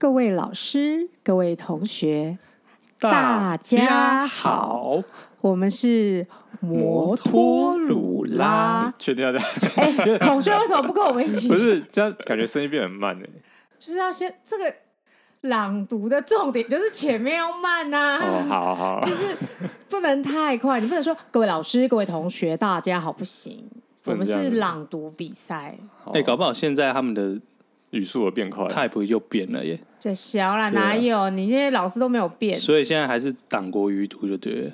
各位老师、各位同学，大家好，我们是摩托鲁拉。确定要这样？ 哎、孔雀为什么不跟我们一起不？是这样，感觉声音变很慢欸诶。就是要先这个朗读的重点就是前面要慢呐、哦，好好就，是不能太快，你不能说各位老师、各位同学，大家好，不行。不我能们这样是子朗读比赛，好哎、搞不好现在他们的语速有变快。 type 又变了耶，这小啦对啊哪有？你这些老师都没有变，所以现在还是党国余毒就对了。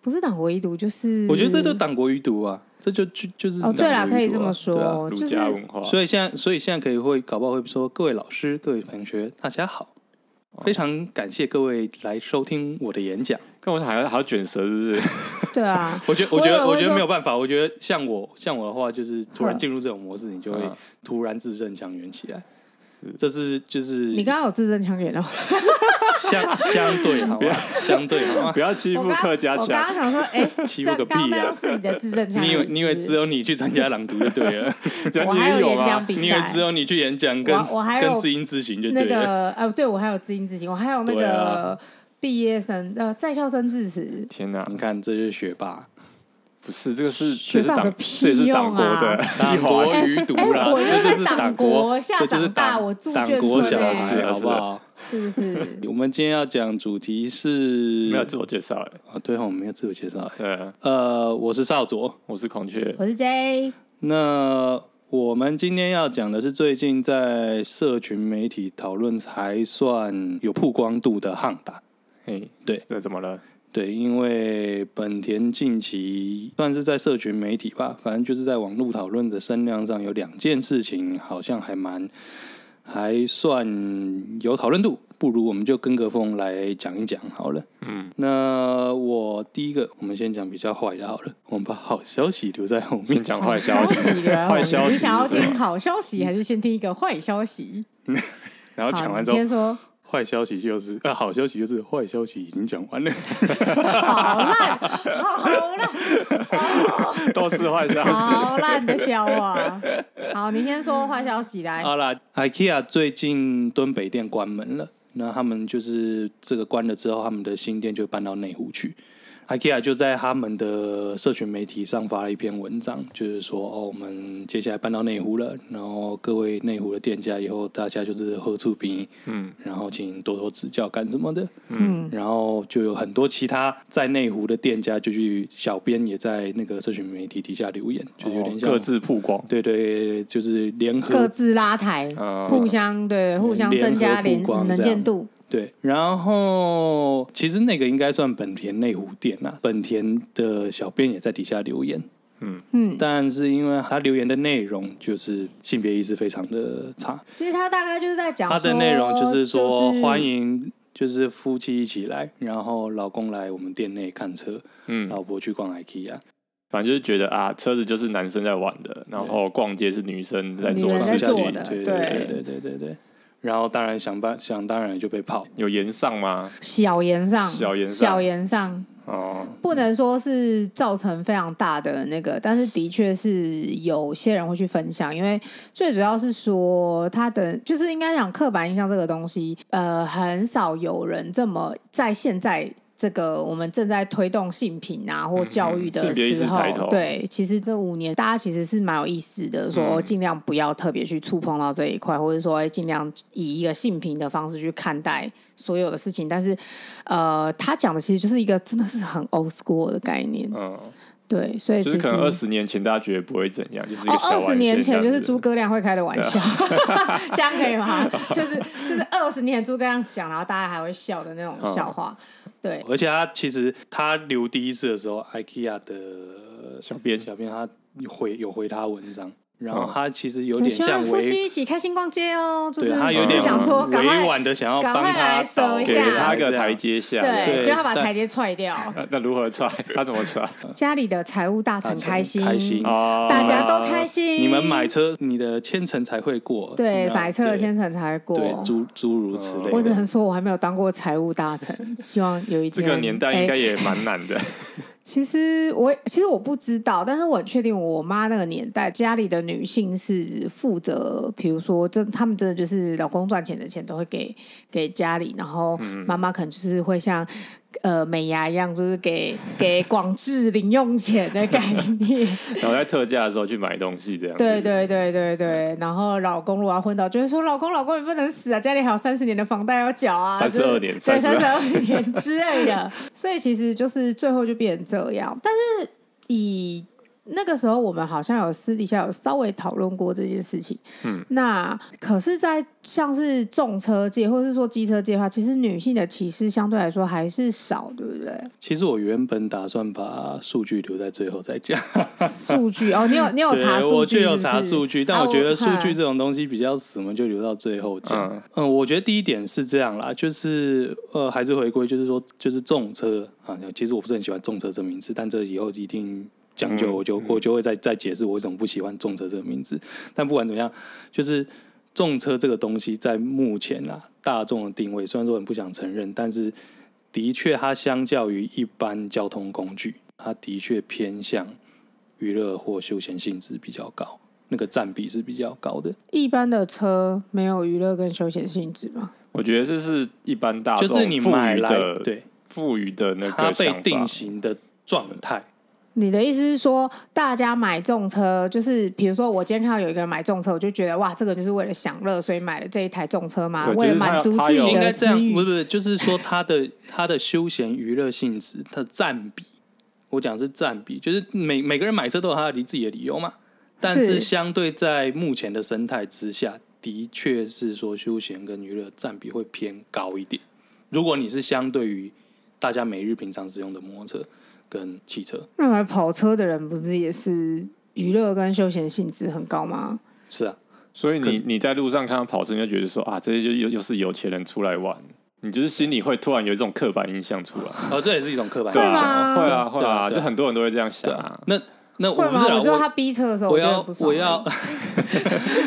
不是党国一读就是。我觉得这就党国余毒啊，这就就就是、哦，对啦，啦，可以这么对啊说，儒就是家文化，所以现在，所以现在可以会搞不好会说，各位老师、各位同学，大家好，哦非常感谢各位来收听我的演讲。跟我还要还要卷舌，是不是？对啊， 我觉得，我我觉以为得，会我觉得说没有办法。我觉得像我，像我的话，就是突然嗯进入这种模式，你就会嗯突然字正腔圆起来。这是就是你刚刚有字正腔圆哦。相 相对好 要吗？相对好吗不？要欺我负刚客家我刚腔刚，想说，哎、 欺这负个屁刚刚那呀样！是你的字正腔 你以圆为，你以为是不是只有你去参加朗读就对 了，这样我你还也演讲吗？比赛，你以为只有你去演讲跟我我还有跟自音自行就那对啊了。个呃，对我还有自音自行，我还有那对个啊毕业生呃在校生致辞，天哪，你看，这就是学霸，不是这个是学这是霸有党个屁这也是党用国啊的 党一环国余毒啦， 哎我又在这就是党党国国，下这就是长大党我住党眷国村小欸是孩，啊好不好？？是不是 我们今天要讲主题是没有自我介绍哎。啊，对哦，我们没有自我介绍。对啊，呃，我是少佐。我是孔雀，我是 J，那我们今天要讲的是最近在社群媒体讨论还算有曝光度的汉达。嘿，对这怎么了？对，因为本田近期算是在社群媒体吧，反正就是在网络讨论的声量上，有两件事情好像还蛮还算有讨论度。不如我们就跟个风来讲一讲好了。嗯，那我第一个，我们先讲比较坏的好了，我们把好消息留在后面先。讲坏消好息，了，坏消息你想要是什么听好消息，还是先听一个坏消息？ 然后讲好，完你之后先，说， 坏消息就是呃，好消息就是坏消息已经讲 完了。好烂，好烂，都是坏消息。好烂的笑 话。好，你先说坏消息来。好啦，IKEA 最近敦北店关门了，那他们就是这个关了之后，他们的新店就搬到内湖去。IKEA 就在他们的社群媒体上发了一篇文章，就是说哦，我们接下来搬到内湖了，然后各位内湖的店家以后大家就是喝醋饼，嗯，然后请多多指教干什么的，嗯，然后就有很多其他在内湖的店家就去，小编也在那个社群媒体底下留言，就哦有点像、哦各自曝光，对对，就是联合各自拉抬，嗯互相对互相增加联合连曝光能这样见度。对，然后其实那个应该算本田内湖店啦，本田的小编也在底下留言，嗯，但是因为他留言的内容就是性别意识非常的差，其实他大概就是在讲他的说内容就是说就是欢迎就是夫妻一起来，然后老公来我们店内看车，嗯，老婆去逛 IKEA，反正就是觉得啊，车子就是男生在玩的，然后逛街是女生在女做的人在事做情的，对对对对对对对，然后当然想办想当然就被泡，有延上吗？小言上，小言上小言上，哦，不能说是造成非常大的那个，但是的确是有些人会去分享，因为最主要是说他的就是应该讲刻板印象这个东西，呃，很少有人这么在现在。这个我们正在推动性品啊或教育嗯嗯性的别意识时候抬头，对，其实这五年大家其实是蛮有意识的，说嗯尽量不要特别去触碰到这一块，或者说哎尽量以一个性平的方式去看待所有的事情。但是，呃，他讲的其实就是一个真的是很 old school 的概念，嗯，对，所以就其实是可能二十年前大家觉得不会怎样，就是一哦个，小二玩十意年这样前就是子诸葛亮会开的玩笑，啊 这样可以 吗？就是就是二十年前诸葛亮讲，然后大家还会笑的那种嗯笑话，对，而且他其实他留第一次的时候，IKEA 的小编小编他回有回他文章，然嗯后他其实有我点希望像夫为，妻一起开心逛街哦，就是对他有只是点想说赶委快婉的想要赶帮快来他收导一给下他一个台阶下，对，对就要把但台阶踹 掉，那那如何踹？他怎么踹？家里的财务大臣大臣开心，开心 哦，大家都开心，你们买车，你的千层才会过，对那买车的对千层才会过，哦对诸诸如此类我只的。能说，我还没有当过财务大臣，希望有一这天。个年代应该也蛮难的，哎其实我其实我不知道，但是我很确定，我妈那个年代家里的女性是负责，比如说真她们真的就是老公赚钱的钱都会给给家里，然后妈妈可能就是会像。呃，美牙一样，就是给给广智零用钱的概念。 然后在特价的时候去买东西，这样子对对对对对，然后老公如果要昏倒，就会说老公老公你不能死啊，家里还有三十年的房贷要缴啊， 32就是年对三32十二年之类 的，所以其实就是最后就变成这样。但是以那个时候我们好像有私底下有稍微讨论过这件事情，嗯，那可是，在像是重车界或者是说机车界的话，其实女性的歧视相对来说还是少，对不对？其实我原本打算把数据留在最后再讲，数据哦，你有你有查对，数我据就有是不查是数据，但啊我觉得数据嗯这种东西比较死，我们就留到最后讲。嗯嗯我觉得第一点是这样啦，就是呃，还是回归，就是说，就是重车啊，其实我不是很喜欢重车这名字，但这以后一定。讲究嗯我就、我就会再再解释我为什么不喜欢重车这个名字，但不管怎么样，就是重车这个东西在目前啊大众的定位，虽然说很不想承认，但是的确它相较于一般交通工具，它的确偏向娱乐或休闲性质比较高，那个占比是比较高的。一般的车没有娱乐跟休闲性质吗？我觉得这是一般大众就是你买赋予来的，对赋予的那它个被想定法，型的状态，你的意思是说，大家买重车，就是比如说，我今天看到有一个人买重车，我就觉得哇，这个就是为了享乐，所以买了这一台重车嘛，对为了就是他满足他自己有应的该这私样，不是欲。不是，就是说它的它的休闲娱乐性质，它的占比，我讲的是占比，就是每每个人买车都有他的自己的理由嘛。但是是相对在目前的生态之下，的确是说休闲跟娱乐占比会偏高一点。如果你是相对于大家每日平常使用的摩托车跟汽车，那买跑车的人不是也是娱乐跟休闲性质很高吗？是啊，所以可你是你在路上看到跑车，你就觉得说啊，这些就又又是有钱人出来玩，你就是心里会突然有一种刻板印象出来，哦，这也是一种刻板对印啊，象。吗会啊会对啊，啊对啊就很多人都会这样想对啊啊，，那那会我不吗知？道，我知道他逼车的时候，我我就很要不爽啊我要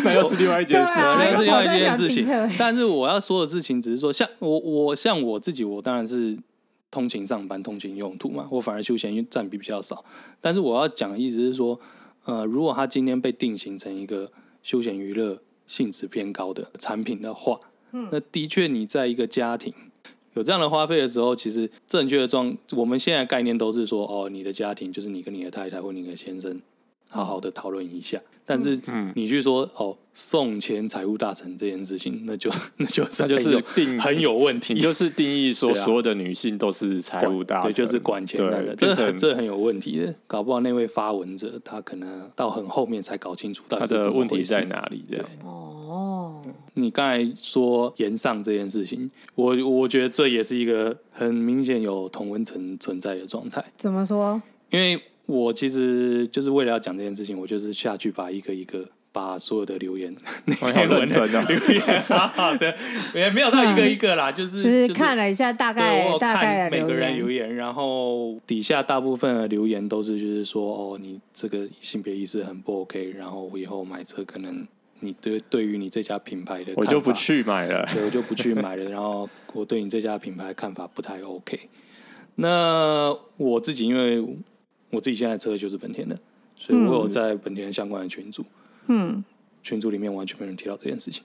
那又是另外一件事对啊那情。是另外一件我真事的情想逼车。但是我要说的事情，只是说，像我我像我自己，我当然是通勤上班、通勤用途嘛，我反而休闲占比比较少。但是我要讲的意思是说，呃，如果它今天被定型成一个休闲娱乐性质偏高的产品的话，嗯，那的确你在一个家庭。有这样的花费的时候，其实正确的状，我们现在概念都是说，哦，你的家庭就是你跟你的太太或你的先生好好的讨论一下。嗯但是你去说哦送钱财务大臣这件事情，那就那 就那就很是有定很有问题，你就是定义说对啊所有的女性都是财务大对，臣，就是管钱的对，人，变这很成这很有问题的。搞不好那位发文者他可能到很后面才搞清楚到他底是的怎么问回题事在。哪里？这样哦，你刚才说延上这件事情，我我觉得这也是一个很明显有同温层存在的状态。怎么说？因为我其实就是为了要讲这件事情，我就是下去把一个一个把所有的留言那好篇文认真啊留言好好的， 也没有到一个一个啦，就是只就是嗯看了一下大对，我概有大概的看每留个人留言，言，然后底下大部分的留言都是就是说哦，你这个性别意识很不 OK，然后我以后买车可能你对对于你这家品牌的我就看法不去买了。对我就不去买了。然后我对你这家品牌看法不太 OK。那我自己因为我自己现在车就是本田的，所以我有在本田相关的群组，嗯，群组里面完全没有人提到这件事情，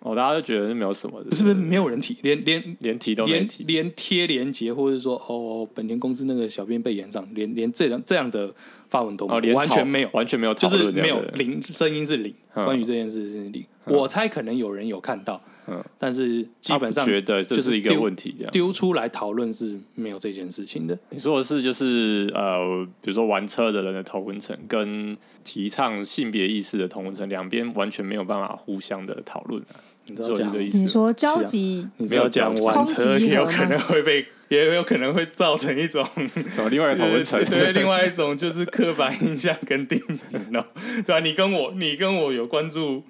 哦，大家都觉得没有什么，不是不是没有人提，连连连提都没连提？连贴连结，或者说哦，本田公司那个小编被延上，连连这样这样的发文都哦，没连有，完讨全没有，完全没有讨就论是这样的，没有零声音是零，嗯关于这件事是零。我猜可能有人有看到嗯，但是基本他上不觉得这就是一个丢问题，这样。丢出来讨论是没有这件事情的。你说的是就是呃，比如说玩车的人的同温层跟提倡性别意识的同温层，两边完全没有办法互相的讨论、啊，你你知说的是道讲这，意思你吗？啊说交集你知道讲空玩车集合也吗有可能会被， 也有可能会造成一种什么另外一个同温层？对，另外一种就是刻板印象跟定型哦， 对吧、你跟我，你跟我有关注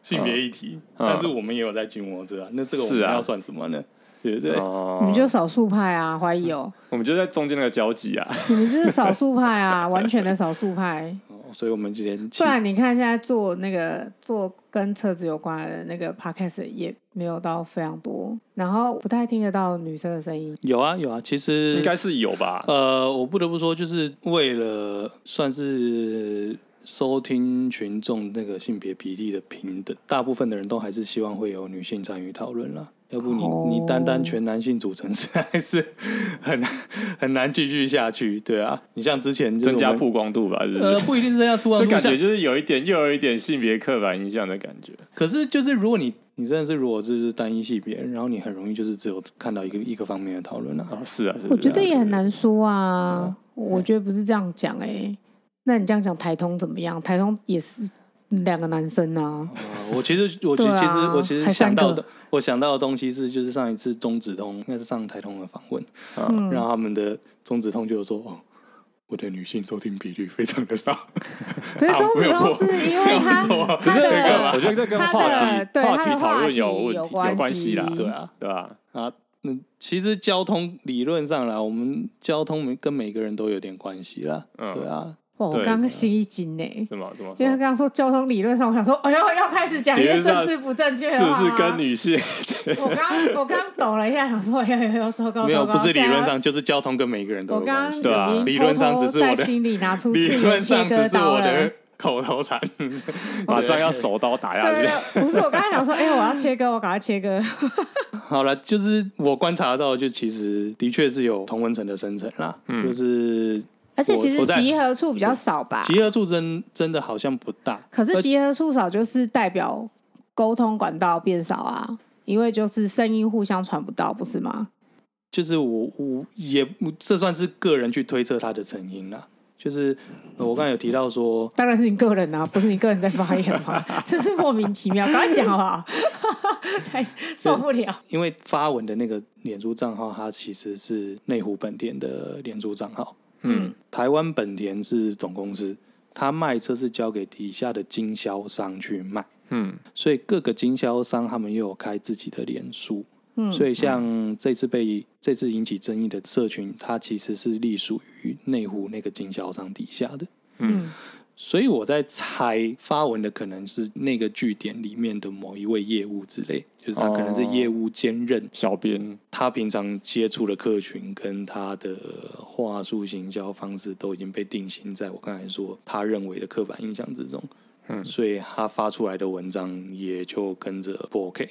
性别议题，嗯但是我们也有在骑摩托车啊，那这个我是们啊要算什么呢？对不对？ 哦你们就少数派啊，怀疑哦， 我们就在中间那个交集啊，你们就是少数派啊，完全的少数派。所以我们今天不然你看现在做那个做跟车子有关的那个 podcast 也没有到非常多，然后不太听得到女生的声音。有啊有啊，其实应该是有吧？呃，我不得不说，就是为了算是收听群众那个性别比例的平等，大部分的人都还是希望会有女性参与讨论啦。要不你、哦你单单全男性组成，实在是很难很难继续下去，对啊。你像之前就是增加我们曝光度吧，是不呃是？不一定是增加曝光 这度，感像觉就是有一点，又有一点性别刻板印象的感觉。可是就是如果你你真的是如果就是单一性别，然后你很容易就是只有看到一个一个方面的讨论啊。啊，是啊，是啊。我觉得是啊也很难说啊，我觉得不是这样讲哎、那你这样讲台通怎么样？台通也是两个男生哦啊，呃我其实我其对实、啊其实我其实还想三个到的，我想到的东西是，就是上一次中子通应该是上台通的访问，嗯然后他们的中子通就有说哦。我的女性收听比率非常的少，可是钟子通是因为 啊他只他是那个，的我觉得这跟他话的题对话他题的讨话论题有问题有关关系系啦， 对啊对吧？啊，那其实交通理论上啦，我们交通跟每个人都有点关系啦，嗯对啊，哇，我对刚刚心一惊哎、怎么怎么因为他刚说？刚说交通理论上，我想说，哎呦，要开始讲一理些论上政治不正确啊的是不话是吗跟女性？ 我刚我刚抖了一下，想说，哎呦哎呦，糟糕，没有糟糕不是理论。现在上，就是交通跟每个人都我有刚关刚系，已对啊经理论上只是我的偷偷在心里拿出理自由论切上只割是我刀了的。 口头禅， 马上要手刀打下对啊去。对，不是我刚才想说，哎、我要切割，我赶快切 割。好了，就是我观察到，就其实的确是有同温层的生成啦，就是而且我其实我在集合处比较少吧，集合处真真的好像不大，可是而集合处少就是代表沟通管道变少啊，因为就是声音互相传不到，不是吗？就是我我也这算是个人去推测它的成因啦。就是呃我刚才有提到说，当然是你个人啊，不是你个人在发言 嘛，真是莫名其妙。赶快讲好不好？ 太受不了。因为发文的那个脸书账号，它其实是内湖本田的脸书账号，嗯，台湾本田是总公司，它卖车是交给底下的经销商去卖。嗯，所以各个经销商他们又有开自己的脸书，嗯所以像这次被这次引起争议的社群，它其实是隶属于内湖那个经销商底下的。嗯，所以我在猜发文的可能是那个据点里面的某一位业务之类，就是他可能是哦业务兼任小编他平常接触的客群跟他的话术行销方式都已经被定型在我刚才说他认为的刻板印象之中，嗯所以他发出来的文章也就跟着不 OK，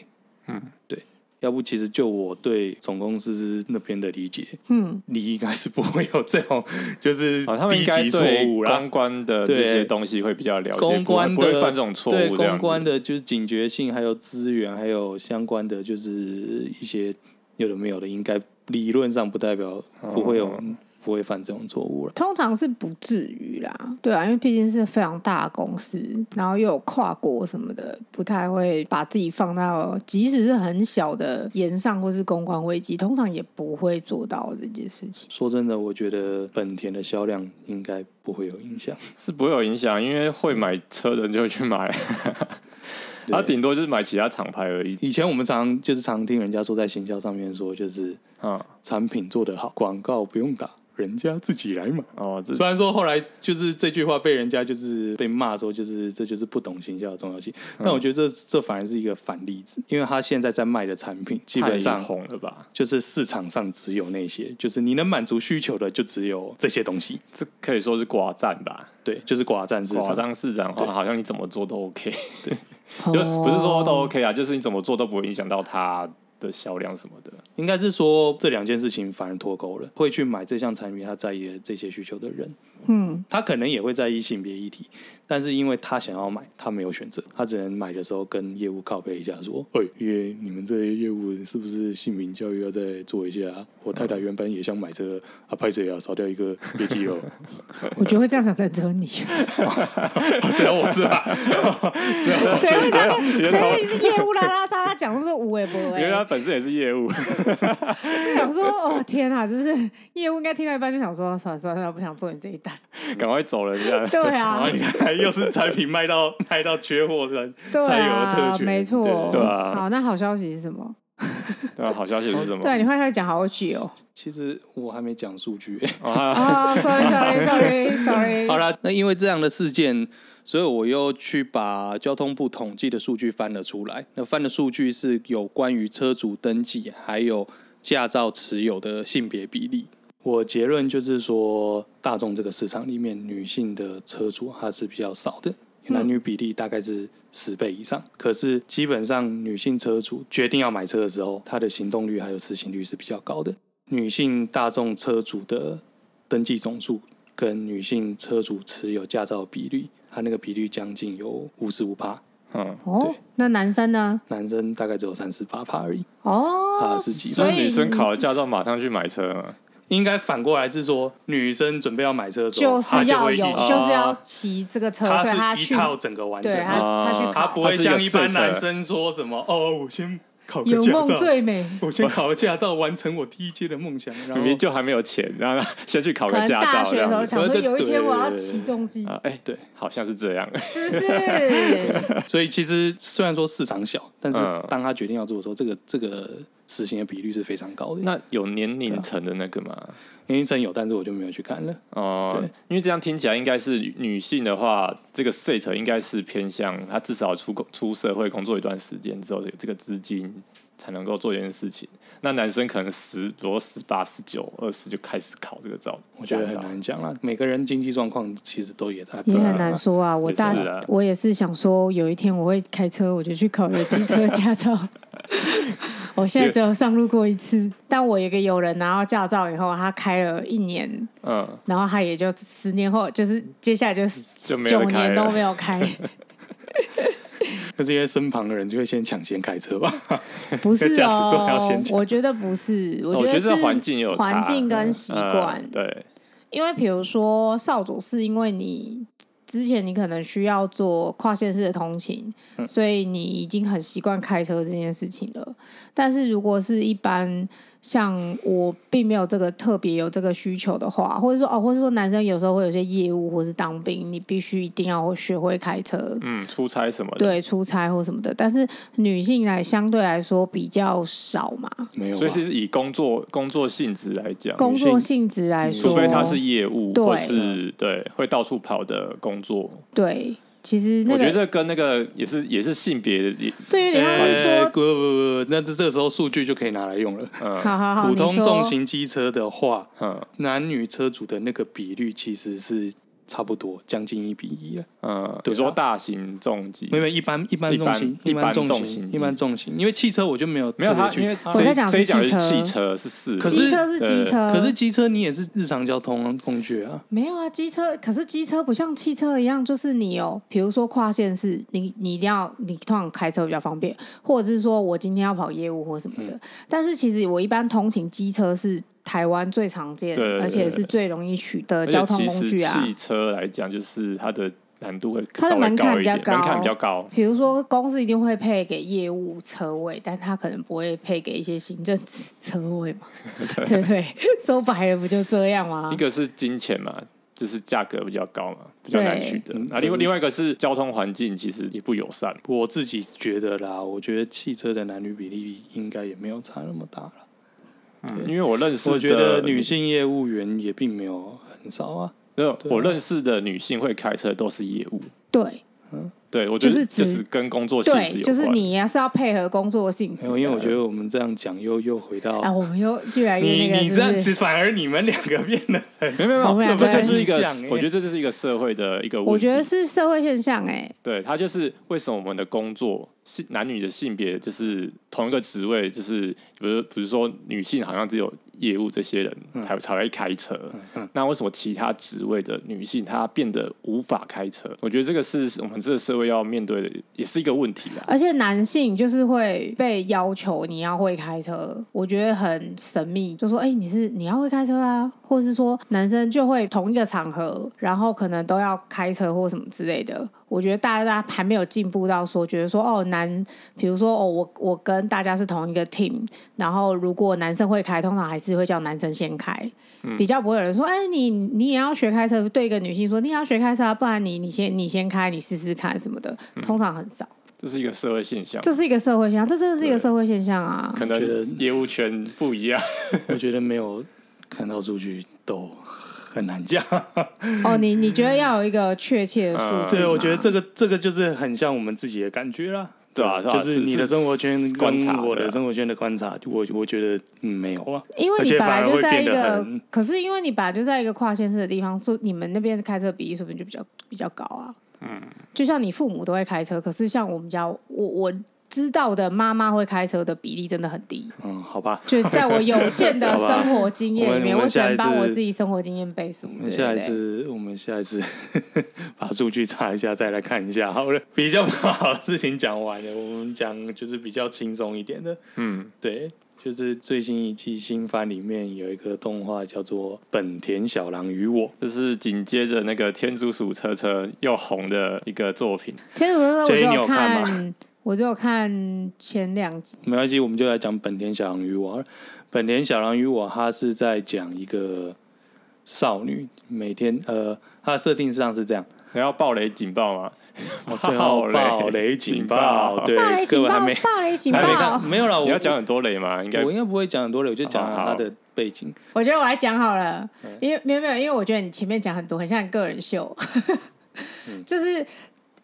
嗯，对，要不其实就我对总公司那边的理解，嗯，你应该是不会有这种就是啊，他们低应该级错对误啦公。关的这些对东西会比较了解，公关的不会不会犯这种错对误这样公子。关的就是警觉性，还有资源，还有相关的就是一些有的没有的，应该理论上不代表哦不会有、不会犯这种错误了。通常是不至于啦，对啊，因为毕竟是非常大的公司，然后又有跨国什么的，不太会把自己放到，即使是很小的延上或是公关危机，通常也不会做到这件事情。说真的，我觉得本田的销量应该不会有影响。是不会有影响，因为会买车的人就会去 买，他顶多就是买其他厂牌而已以前我们常就是常听人家说在行销上面说，就是啊。产品做得好，广告不用打，人家自己来买。哦，这 虽然说后来就是这句话被人家就是被骂说就是这就是不懂行销的重要性，但我觉得这这反而是一个反例子，因为他现在在卖的产品基太本上红了吧？就是市场上只有那些，就是你能满足需求的就只有这些东西，这可以说是寡占吧，对，就是寡占市寡场。占市场的对话，好像你怎么做都 OK，就 哦不是说都 OK 啊，就是你怎么做都不会影响到它的销量什么的。 应该是说这两件事情反而脱钩了，会去买这项产品，他在意的这些需求的人，嗯，他可能也会在意性别议题，但是因为他想要买，他没有选择，他只能买的时候跟业务靠背一下，说：“哎、因为你们这些业务是不是性平教育要再做一下、啊？我太太原本也想买这个，啊，拍谁啊，少掉一个业绩 哦，我觉得会这样想的只有 你，只有我是吧？ 谁会这啊样？原来谁会业务啦啦喳喳讲那么多无为不为？原来本身也是业务，想说，哦天啊，就是业务应该听到一半就想说，算了算了，不想做你这一单。 赶快走人这样。对 然啊哦后，你看又是产品卖到卖到缺货了，对才有的啊特，权没错，对啊好，那好消息是什么？对啊，好消息是什么？哦对，你会会讲好久 哦。其实我还没讲数据、啊，哦，sorry，sorry，sorry，sorry。好了，那因为这样的事件，所以我又去把交通部统计的数据翻了出来。那翻的数据是有关于车主登记还有驾照持有的性别比例。我结论就是说，大众这个市场里面，女性的车主还是比较少的，男女比例大概是十倍以上。可是基本上，女性车主决定要买车的时候，她的行动率还有执行率是比较高的。女性大众车主的登记总数跟女性车主持有驾照的比率，它那个比率将近有五十五趴，嗯，哦对，那男生呢？男生大概只有三十八趴而已，哦，差十几趴。所所以以女生考了驾照马上去买车嘛，应该反过来是说，女生准备要买车的时就候，是要有，她就会一起哦就是要骑这个车，她所以他是一去，套整个完整对他的，他去啊她考，不会像她是一般一个 set 男生说什么哦，我先考个有驾梦照，最美，我先考个驾照，完成我第一阶的梦想，然明后明就还没有钱，然后先去考可个能驾大照这学的时候样子。想说对对有一天我要对起重机，啊，哎，对。好像是这样。是不是？所以其实虽然说市场小，但是嗯当他决定要做的时候，这个这个实行的比率是非常高的。那有年龄层的那个吗？年龄层有，但是我就没有去看了。哦对，因为这样听起来应该是女性的话，这个 set 应该是偏向她至少出工出社会工作一段时间之后，有这个资金才能够做这件事情。那男生可能十，比如说十八、十九、二十就开始考这个照，我觉得很驾照。难讲啦，每个人经济状况其实都也在，也很难说啊。我大也是啊我也是想说，有一天我会开车，我就去考了机车 驾照。我现在只有上路过一次，但我有一个友人拿到驾照以后，他开了一年，嗯，然后他也就十年后，就是接下来就是就没有九开年了都没有开，那是因为身旁的人就会先抢先开车吧。 不是驾驶座要哦先，讲我觉得不是，我哦我觉得觉得是这环境也有差环境跟习惯，嗯对，因为比如说少佐是因为你之前你可能需要做跨县市的通勤，嗯所以你已经很习惯开车这件事情了。但是如果是一般像我并没有这个特别有这个需求的话，或者说哦，或者说男生有时候会有些业务或是当兵，你必须一定要学会开车。嗯，出差什么的，对，出差或什么的，但是女性来相对来说比较少嘛。没有所吧以？是以工作工作性质来讲，工作女性性质来说，除非他是业务对或是对会到处跑的工作，对，其实那我觉得个这跟那个也是也是性别的，也对有点像是哎呃说不不不，那这这个时候数据就可以拿来用了。嗯好好好，普通你说重型机车的话，嗯男女车主的那个比率其实是差不多，将近一比一了。嗯，对你啊说大型重疾没有没有一般一般一重般型，一般般重重型，型一般重型，因为汽车我就没有没有特别他，去因为查我在这讲这一讲是汽车是汽车是四，可是机车是机车，可是机车你也是日常交通工具啊，没有啊，机车可是机车不像汽车一样，就是你有，比如说跨县市，你你一定要你通常开车比较方便，或者是说我今天要跑业务或什么的。但是其实我一般通勤机车是台湾最常见，对对对而且是最容易取得而交且通其工实具啊。汽车来讲，就是它的难度会它的稍微门槛高比一较点，门槛比高较高。比如说，公司一定会配给业务车位，但他可能不会配给一些行政 车位嘛？对不对，说白了不就这样吗一？个是金钱嘛，就是价格比较高嘛，比较难对取得啊嗯。那另可外是另外一个是交通环境其实也不友善，我自己觉得啦，我觉得汽车的男女比例应该也没有差那么大了。嗯因为我认识我觉的得女性业务员也并没有很少啊。没有，我认识的女性会开车都是业务，对对我觉得就是指就是跟工作性质对，有关，就是你也是要配合工作性没质有，的。因为我觉得我们这样讲又又回到、啊，我们又越来你越那你个，这是样不是？子，反而你们两个变得很 没有没有我没们俩有，这在就是一个印象欸，我觉得这就是一个社会的一个问我题。觉得是社会现象哎、对，它就是为什么我们的工作性男女的性别就是同一个职位，就是比如比如说女性好像只有业务这些人嗯才、才会开车，那为什么其他职位的女性她变得无法开车？我觉得这个是我们这个社会要面对的，也是一个问题啊啦。而且男性就是会被要求你要会开车，我觉得很神秘，就说哎、你是你要会开车啊，或是说男生就会同一个场合，然后可能都要开车或什么之类的。我觉得大家还没有进步到说觉得说哦男，比如说哦我我跟大家是同一个 team，然后如果男生会开，通常还是会叫男生先开，比较不会有人说哎、你你也要学开车，对一个女性说你也要学开车、啊，不然你你先你先开，你试试看什么的，通常很少。这是一个社会现象，这是一个社会现象，这真的是一个社会现象啊！可我觉得能业务圈不一样。我觉得没有看到数据都很难讲。哦，你你觉得要有一个确切的数嗯据、对，我觉得这。个这个就是很像我们自己的感觉啦。对啊是啊就是是你的生活圈是跟观察啊我的的生活圈的观察，我我觉得嗯没有啊。因为而你且本来反而就会在变一得个很，可是因为你本来就在一个跨县市的地方，所以你们那边开车比例是不是就比较比较高啊？嗯，就像你父母都会开车，可是像我们家，我我知道的妈妈会开车的比例真的很低，嗯，好吧。就在我有限的好吧生活经验里面，我们我们我只能下一次帮我自己生活经验背书。我对们下一，对次，我们下一次 把数据查一下，再来看一下好了。比较不 好的事情讲完了，我们讲就是比较轻松一点的。嗯，对，就是最新一季新番里面有一个动画叫做《本田小狼与我》，就是紧接着那个《天竺鼠车车》又红的一个作品，天主哥，我只 Jenny 有有看看，我只有看前两集。没关系，我们就来讲本田小狼与我。本田小狼与我，它是在讲一个少女每天呃，它的设定上是这样，然后暴雷警 报嘛，哦对哦暴暴雷雷警警报，报对啊暴雷，各警位报！还没暴雷警还没报！看，没有了， 你我要讲很多雷嘛，应该我应该不会讲很多了，我就讲它的背景。我觉得我来讲好了，因为没有没有，因为我觉得你前面讲很多，很像你个人秀， 就是。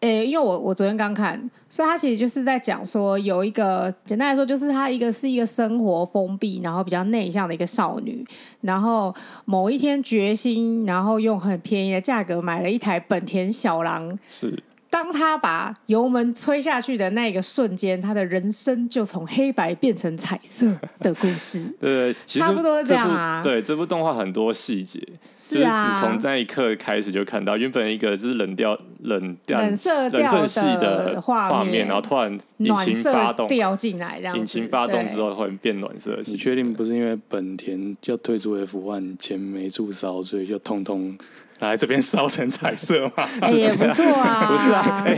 诶、因为我我昨天刚看，所以他其实就是在讲说，有一个简单来说，就是她一个是一个生活封闭，然后比较内向的一个少女，然后某一天决心，然后用很便宜的价格买了一台本田小狼。是当她把油门吹下去的那个瞬间，她的人生就从黑白变成彩色的故事。对，其实差不多是这样部啊对，这部动画很多细节，是啊，就是你从那一刻开始就看到，原本一个就是冷调冷调冷色调冷色系的画画面面，然后突然引暖擎色发动，掉进来，这样子引擎发动之，对后会变暖色系。你确定不是因为本田要退出 F One 钱没处烧，所以就通通来这边烧成彩色吗？ 哎也不错啊， 不是啊， 哎、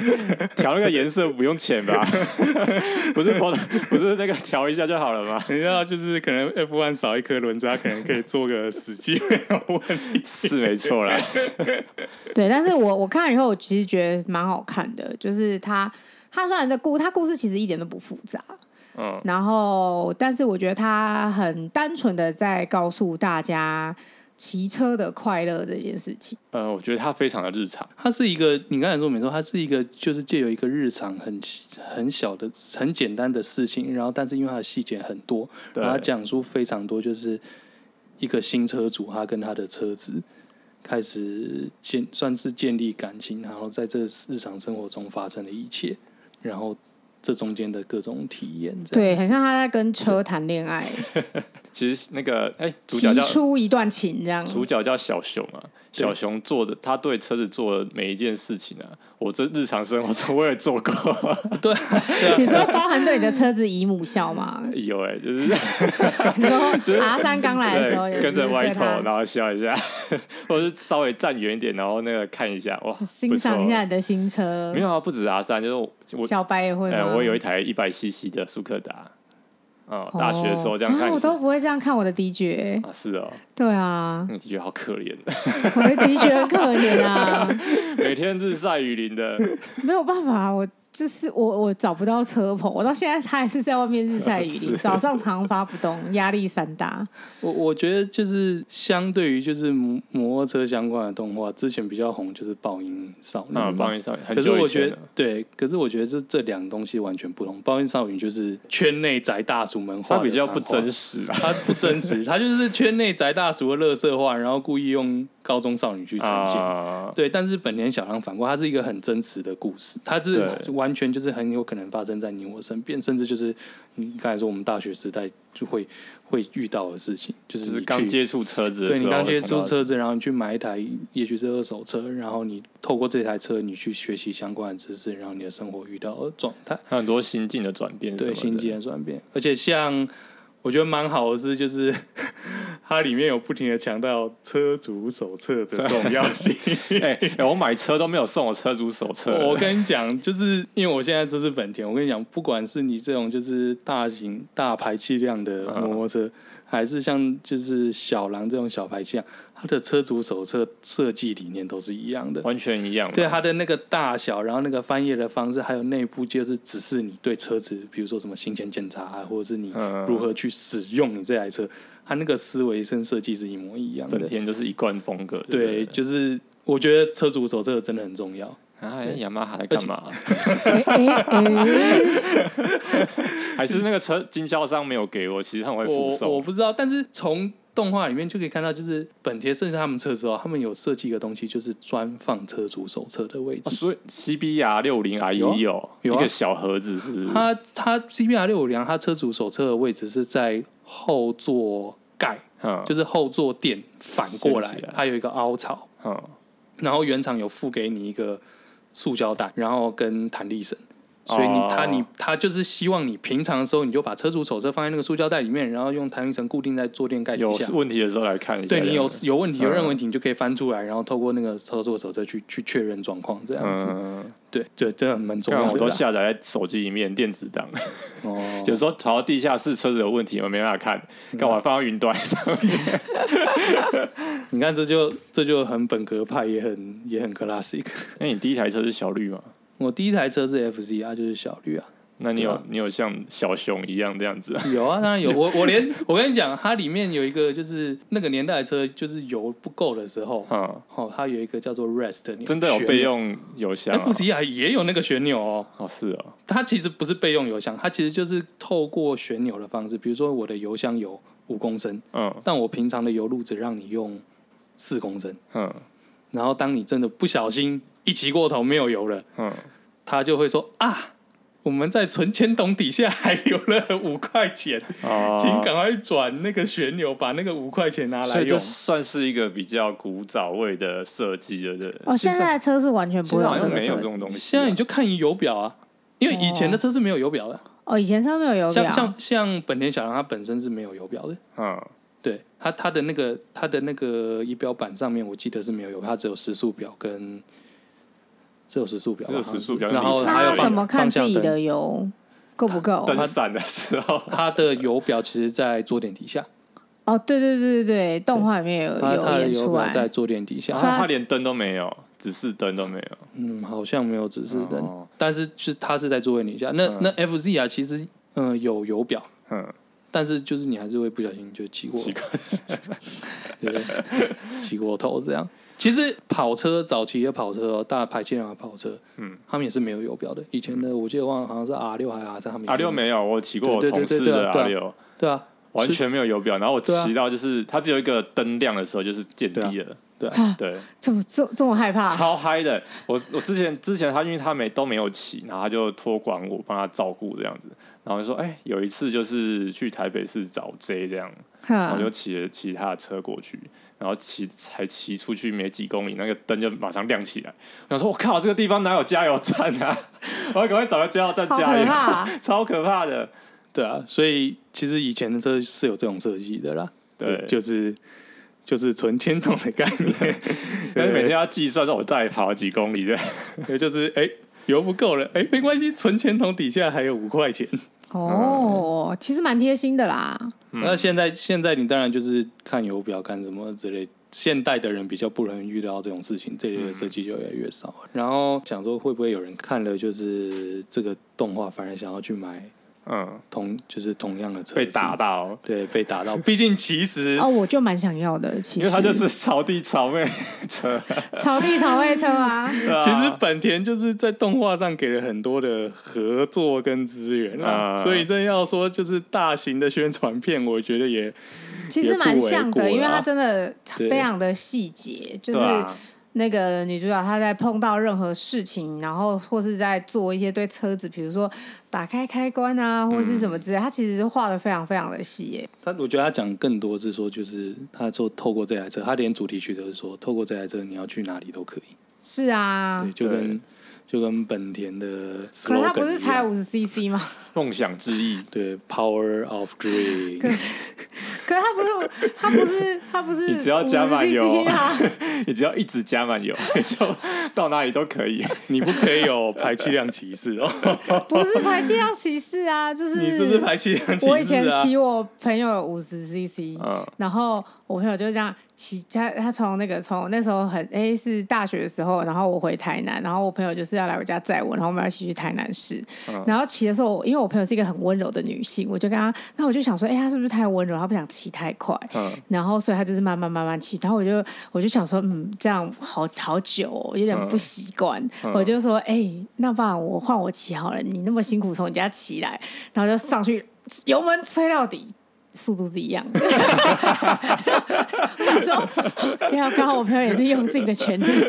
调那个颜色不用钱吧？ 不是不不是那个调一下就好了吗？你知道，就是可能 F One 少一颗轮子，它可能可以做个死机，没有问题。是没错啦， 对，但是我我看了以后，我其实觉得蛮好看的，就是它它虽然的故，它故事其实一点都不复杂，嗯，然后但是我觉得它很单纯的在告诉大家骑车的快乐这件事情。呃，我觉得它非常的日常，它是一个，你刚才说没错，它是一个就是借由一个日常很很小的、很简单的事情，然后但是因为它的细节很多，对然后它讲述非常多，就是一个新车主他跟他的车子开始建算是建立感情，然后在这日常生活中发生的一切，然后这中间的各种体验，这对，样子很像他在跟车谈恋爱，其实那个哎、主角骑叫出一段情这样。主角叫小熊啊，小熊做的他对车子做的每一件事情啊，我这日常生活中 我也做过，你说包含对你的车子姨母笑吗？有哎、就是 你说 R 三刚来的时候，对跟着歪头，然后后笑一下， 或者是稍微站远一点，然后那个看一下，哇，欣赏一下不你的新车错。没有啊，不止 R 三，就是我我小白也会哎、吗？我有一台一百 CC 的苏克达，哦、大学的时候这样哦看啊也我是、都不会这样看我的 DJ。啊，是哦，对啊，你觉得好可怜，我的 DJ 很可怜啊， 每天日晒雨淋的，没有办法，啊我。就是我，我找不到车棚，我到现在他还是在外面日 晒雨淋，早上常发不动，压力山大。我我觉得就是相对于就是摩摩托车相关的动画，之前比较红就是《爆音少女》啊，嘛帮你上，很嗯可是久我以觉前得了，对，可是我觉得这这两个东西完全不同。《爆音少女》就是圈内宅大叔们画，它比较不真，实啊。它不真实，它就是圈内宅大叔的乐色化，然后故意用高中少女去呈现。啊，对，但是本田小狼反过，它是一个很真实的故事，它是对完全就是很有可能发生在你我身边，甚至就是你刚才说我们大学时代就会会遇到的事情，就就是是你刚去接触车子的时对候，你刚接啊我触看到车子，然后你去买一台，也许是二手车，然后你透过这台车，你去学习相关的知识，然后你的生活遇到的状态，它很多心境的转变，对心境，的转变。而且像我觉得蛮好的是，就是 它里面有不停的强调车主手册的重要性。哎、哎我买车都没有送我车主手册，我跟你讲，就是因为我现在这是本田，我跟你讲，不管是你这种就是大型嗯大排气量的摩托车，还是像就是小狼这种小排气量，它的车主手册设计理念都是一样的。完全一样嘛。对啊它的那个大小，然后那个翻页的方式，还有内部就是只是你对车子，比如说什么行前检查啊，或者是你嗯如何去使用你这台车，它那个思维跟设计是一模一样本的。田就是一贯风格。对，不就是我觉得车主手册真的很重要。啊，雅马哈在干嘛？啊哎哎哎，还是那个车经销商没有给我，其实他们会附我我送。不知道，但是从动画里面就可以看到，就是本田甚至他们车之后，他们有设计一个东西，就是专放车主手册的位置哦。所以 CBR 六零 I 有啊也有一有啊个小盒子，是不是？它它 CPR 六五零，它车主手册的位置是在后座盖，嗯就是后坐垫反掀过来起来，它有一个凹槽，嗯，然后原厂有付给你一个塑胶袋，然后跟弹力绳。所以你哦它你它就是希望你平常的时候你就把车主手册放在那个塑胶袋里面，然后用弹力绳固定在坐垫盖底有下。问题的时候来看一下。对你有有问题有嗯任何问题，你就可以翻出来，然后透过那个操作手册去去确认状况，这样子。嗯，对，这真的蛮重看要我的都啦。下载在手机里面电子档，哦，有时候跑到地下室车子有问题，我没办法看，嗯干嘛放到云端上 面？你看，这就这就很本格派，也很也很 classic。那你第一台车是小绿吗？我第一台车是 FC 啊，就是小绿啊，那你有、对啊你有像小熊一样这样子啊？ 有啊，当然有。我我连我跟你讲，它里面有一个就是那个年代的车，就是油不够的时候，嗯，哦，它有一个叫做 rest 的钮真的有备。用油箱、啊？ FC 啊也欸有那个旋钮哦，哦，是哦，它其实不是备用油箱，它其实就是透过旋钮的方式，比如说我的油箱有五公升，嗯但我平常的油路只让你用四公升，嗯然后当你真的不小心一骑过头没有油了，嗯，他就会说啊，我们在存钱筒底下还留了 五块钱，哦，请赶快转那个旋钮，把那个五块钱拿来所以这用。算是一个比较古早味的设计，对不对？哦，现在的车是完全不会有现在好这像个没有设这计。种东西啊、现在你就看你油表啊，因为以前的车是没有油表的，哦，以前车没有油像表，像像本田小狼它本身是没有油表的。嗯，对它，它的那个它的那个仪表板上面，我记得是没有油，它只有时速表跟只有时速表吧，只有时速表然跟后里程还有那表要怎方么看方自向己灯。的油够不够？登山的时候，它的油表其实，在坐垫底下，哦，对对对对对，动画里面有它呃它有的演油出表来。在坐垫底下然，后 它连灯都没有，指示灯都没有。嗯，好像没有指示灯，哦但是是它是在座位底下。那、那 FZ 啊，其实嗯、呃有油表，嗯，但是就是你还是会不小心就骑过，奇怪， 对不对？骑过头这样。其实跑车早期的跑车、哦，大排气量的跑车，嗯，他们也是没有油表的。以前的我记得忘了好像是 R 六还是 R 三，他们也阿是嗯六没有，我骑过我对对同对事对对的对啊阿六，对啊，完全没有油表。然后我对啊骑到就是它只有一个灯亮的时候，就是见低了。对啊，对，这么这这么害怕？超嗨的。我我之前之前他因为他没都没有骑，然后他就托管我帮他照顾这样子。然后就说，哎、有一次就是去台北市找 J 这样，然后就哼骑了骑他的车过去，然后骑才骑出去没几公里，那个灯就马上亮起来。我想说，我靠，这个地方哪有加油站啊？ 我要赶快找个加油站好加可油，怕！ 超可怕的。对啊。所以其实以前的车是有这种设计的啦，对，就是就是纯天筒的概 念。但是每天要计算说我再跑了几公里对，也就是哎、油不够了，哎、没关系，存钱筒底下还有五块钱。嗯哦，其实蛮贴心的啦。那现在现在你当然就是看油表看什么之类，现代的人比较不容易遇到这种事情，这类的设计就越来越少了。然后想说会不会有人看了就是这个动画，反而想要去买嗯，同就是同样的车子被打，到，对，被打到。毕竟其实哦，我就蛮想要的，其因实为他就是草地草妹车， 草地草位车 啊。对啊其实本田就是在动画上给了很多的合作跟资源啊，啊所以真要说就是大型的宣传片，我觉得也其实蛮像也不为过的，啦因为它真的对非常的细节，就对是啊，那个女主角她在碰到任何事情，然后或是在做一些对车子，比如说打开开关啊，或是什么之类，她其实画的非常非常的细耶。他我觉得他讲更多是说，就是他说透过这台车，他连主题曲都是说，透过这台车你要去哪里都可以，是啊对，，就跟就跟本田的 slogan 可是她不是一才样五十 CC 吗？梦想之翼，对 Power of 可 Dream，是，可是她不是，她不是，她不是 你只要加满油 50cc 啊，你只要一直加满油， 就到哪里都可以。 你不可以有排气量歧视哦，不是排气量歧视啊，就是你这是排气量歧视啊！我以前骑我朋友五十 CC，嗯，然后我朋友就这样骑他他从那个从那时候很哎、是大学的时候，然后我回台南，然后我朋友就是要来我家载我，然后我们要一起去台南市。然后骑的时候，因为我朋友是一个很温柔的女性，我就跟她，那我就想说，哎、她是不是太温柔？她不想骑太快。嗯，然后所以他就是慢慢慢慢骑，然后我就我就想说，嗯，这样好好久、哦，有点不习惯，我就说，哎、那不然我换我骑好了，你那么辛苦从你家骑来，然后就上去油门吹到底。速度是一样的，我想说， 因为刚好我朋友也是用尽了全力，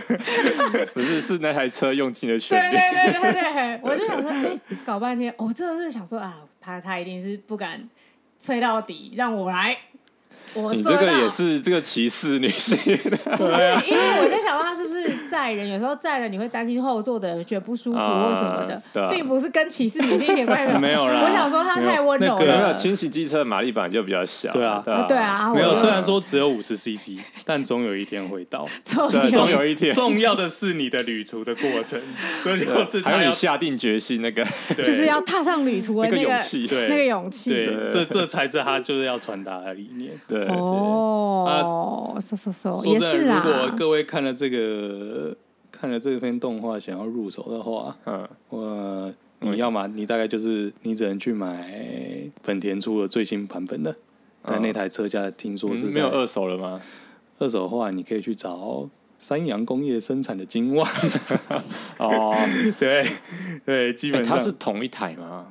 不是是那台车用尽了 全对啊力，对对对 对，我就想说，哎、搞半天，我真的是想说啊，他他一定是不敢吹到底，让我来，我你做这得个到也是啊这个歧视女 性，不是，因为我在想，他是不是载人？有时候载人你会担心后座的人觉得不舒服啊或什么的，对啊并不是跟歧视女性一点关系 没有啦我想说他太温柔没没那了。个有轻型机车马力板就比较小，对啊啊对，啊， 没有，我虽然说只有五 十 CC，但总有一天会到。总对，有总有一天，重要的是你的旅途的过 程，所以就是啊还他有要你下定决心那个对就是要踏上旅途的那个那勇气个对那个勇气。对，这这才是他就是要传达的理念。对对哦，嗖嗖嗖，说也真的，是如果啦。各位看了这个看了这篇动画想要入手的话，嗯，我你要嘛，你大概就是你只能去买本田出的最新版本的，但那台车价听说我是啊嗯是没有在二手了 吗？二手的话，你可以去找三洋工业生产的金 旺。哦，对对，基欸本上、它是同一台吗？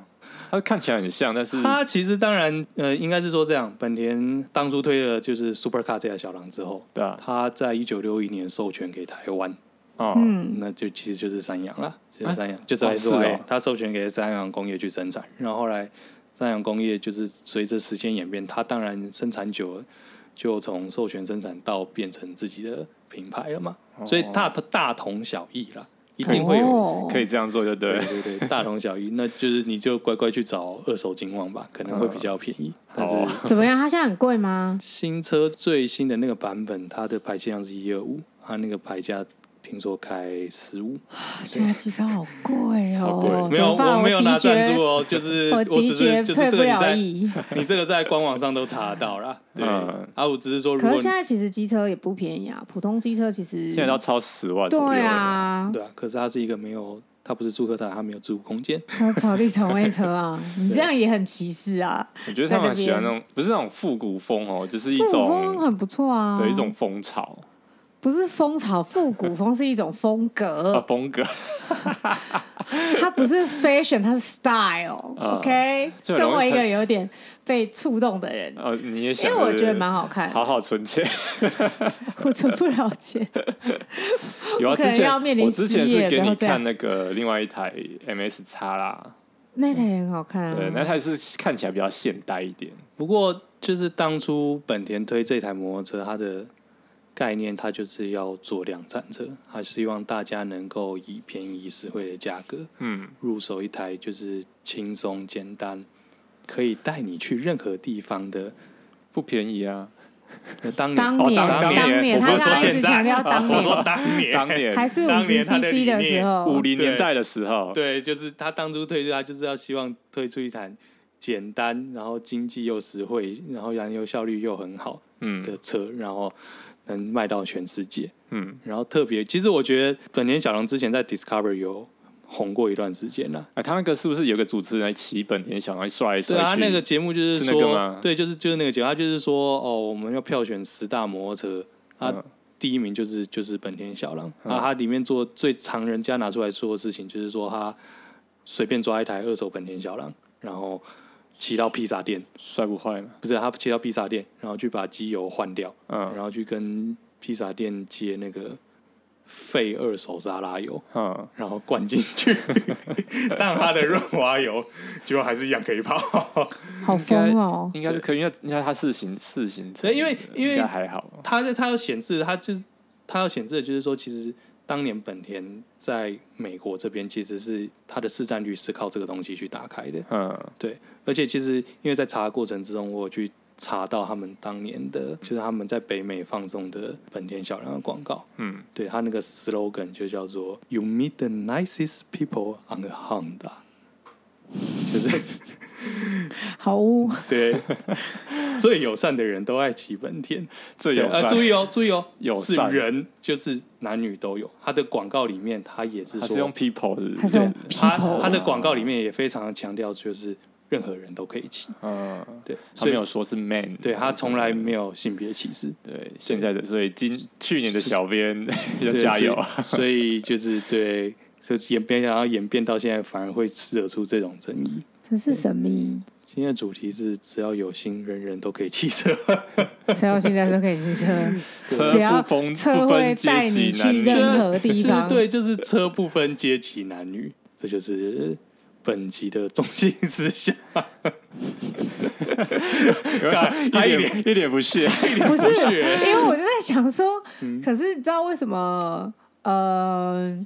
它看起来很像，但是它其实当然呃，应该是说这样，本田当初推了就是 Supercar 这台小狼之后，对啊，它在一九六一年授权给台湾，哦，嗯，那就其实就是三洋啦，就是哎三洋，就是哦 S 是 Y，、哦它授权给三洋工业去生产，然后后来三洋工业就是随着时间演变，它当然生产久了，就从授权生产到变成自己的品牌了嘛，哦所以大大同小异啦，一定会有。哦可以这样做就对对了。 对对，大同小异，那就是你就乖乖去找二手金旺吧，可能会比较便宜。但好是啊怎么样？它现在很贵吗？新车最新的那个版本，它的排气量是一二五，它那个牌价听说开十五。现在机车好贵超哦贵，没怎有，么办我没有拿的确赞助哦，就是 我我的只是确就是退这不个你了在役。 你这个在官网上都查得 到啦。对，嗯啊，我只是说如可果是现在其实机车也不便宜啊，普通机车其实现在要超十万左右了对，啊，对啊，可是它是一个没有，它不是住客站，它没有置物空间。他草地床位车啊，你这样也很歧视啊！我觉得他们很喜欢在那那边种，不是那种复古风哦，就是一复古风种很不错啊，对一种风潮不是风潮，复古风是一种风啊格，风格，它不是 fashion，它是 style、啊 OK，就身很容易为一个有点被触动的人，呃，你也因想为我觉对得不对蛮好看，好好存钱。 我存不了钱。有啊，我之可能前要面临我之前失业是给不你要这样看那个另外一台 MS 叉啦，那台也很好看对，啊，那台是看起来比较现代一点，不过就是当初本田推这台摩托车，它的概念它就是要做量产车，它希望大家能够以便宜实惠的价格嗯，入手一台就是轻松简单，可以带你去任何地方的。不便宜啊，那当年当哦年当年当我年，不他是说他一直现在强调当我说年，当年，哦当年还是哦五当十年他的 CC 的理时念候五，零年代的时候，对，就是他当初推出他就是要希望推出一台简单，然后经济又实惠，然后燃油效率又很好嗯的车，然后能卖到全世界。嗯，然后特别，其实我觉得本田小狼之前在 Discover 有红过一段时间了。哎，他那个是不是有个主持人骑本田小狼摔来对摔去？啊，那个节目就是是说，那个吗对，就是就是那个节目，他就是说，哦，我们要票选十大摩托车啊，嗯第一名就是就是本田小狼、啊，他里面做最常人家拿出来说的事情，就是说他随便抓一台二手本田小狼，然后骑到披萨店，摔不坏嘛，不是他骑到披萨店，然后去把机油换掉，嗯然后去跟披萨店借那个废二手沙拉油。嗯，然后灌进去， 但它的润滑油，结果还是一样可以跑。好疯哦！应该是可以，因为因为它四行四行车，对因为因为应该还好，它在它要显示，它就是它要显示的就是说，其实当年本田在美国这边其实是它的市占率是靠这个东西去打开的。嗯对，而且其实因为在查的过程之中，我有去查到他们当年的，就是他们在北美放送的本田小亮的广告。嗯，对他那个 slogan 就叫做 “You meet the nicest people on a Honda”，就是。 好污，对，最友善的人都爱骑本田。最对友呃，善。注意哦，注意哦，友是善人，就是男女都有。他的广告里面，他也是他说，是用 people 是不是还是用哦他 people 他的广告里面也非常的强调，就是任何人都可以骑。嗯，对，他所没以有说是 man，对他从来没有性别歧视。对现在的，所以今去年的小编要对加油，！所以所以就是对，就演变，然后演变到现在，反而会惹出这种争议。真是神秘。今天的主题是只要有心，人人都可以骑车。谁有现在都可以骑 车，车只要不分车不会分带阶你级去男女，任何地 就是方对，就是车不分阶级男女，这就是本集的中心思想。一脸一脸不屑，不是？因为我就在想说，嗯可是你知道为什么？呃，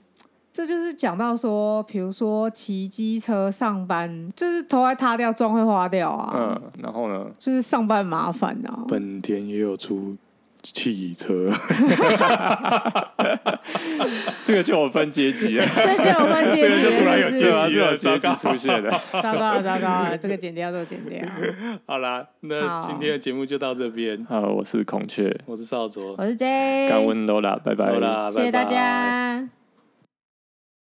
这就是讲到说，比如说骑机车上班，就是头还塌掉，妆会花掉啊，嗯，然后呢，就是上班麻烦啊。本田也有出汽车， 这个就有分阶级了，这就有关阶级这了，个就突然有是对不啊，是阶级就了有阶级糟糕出现了。糟糕了，糟糕了，这个剪掉，这个剪掉。好啦，那好今天的节目就到这边，好，我是孔雀，我是少卓，我是 J，感恩 Lola，拜拜。好啦，谢谢大拜拜家。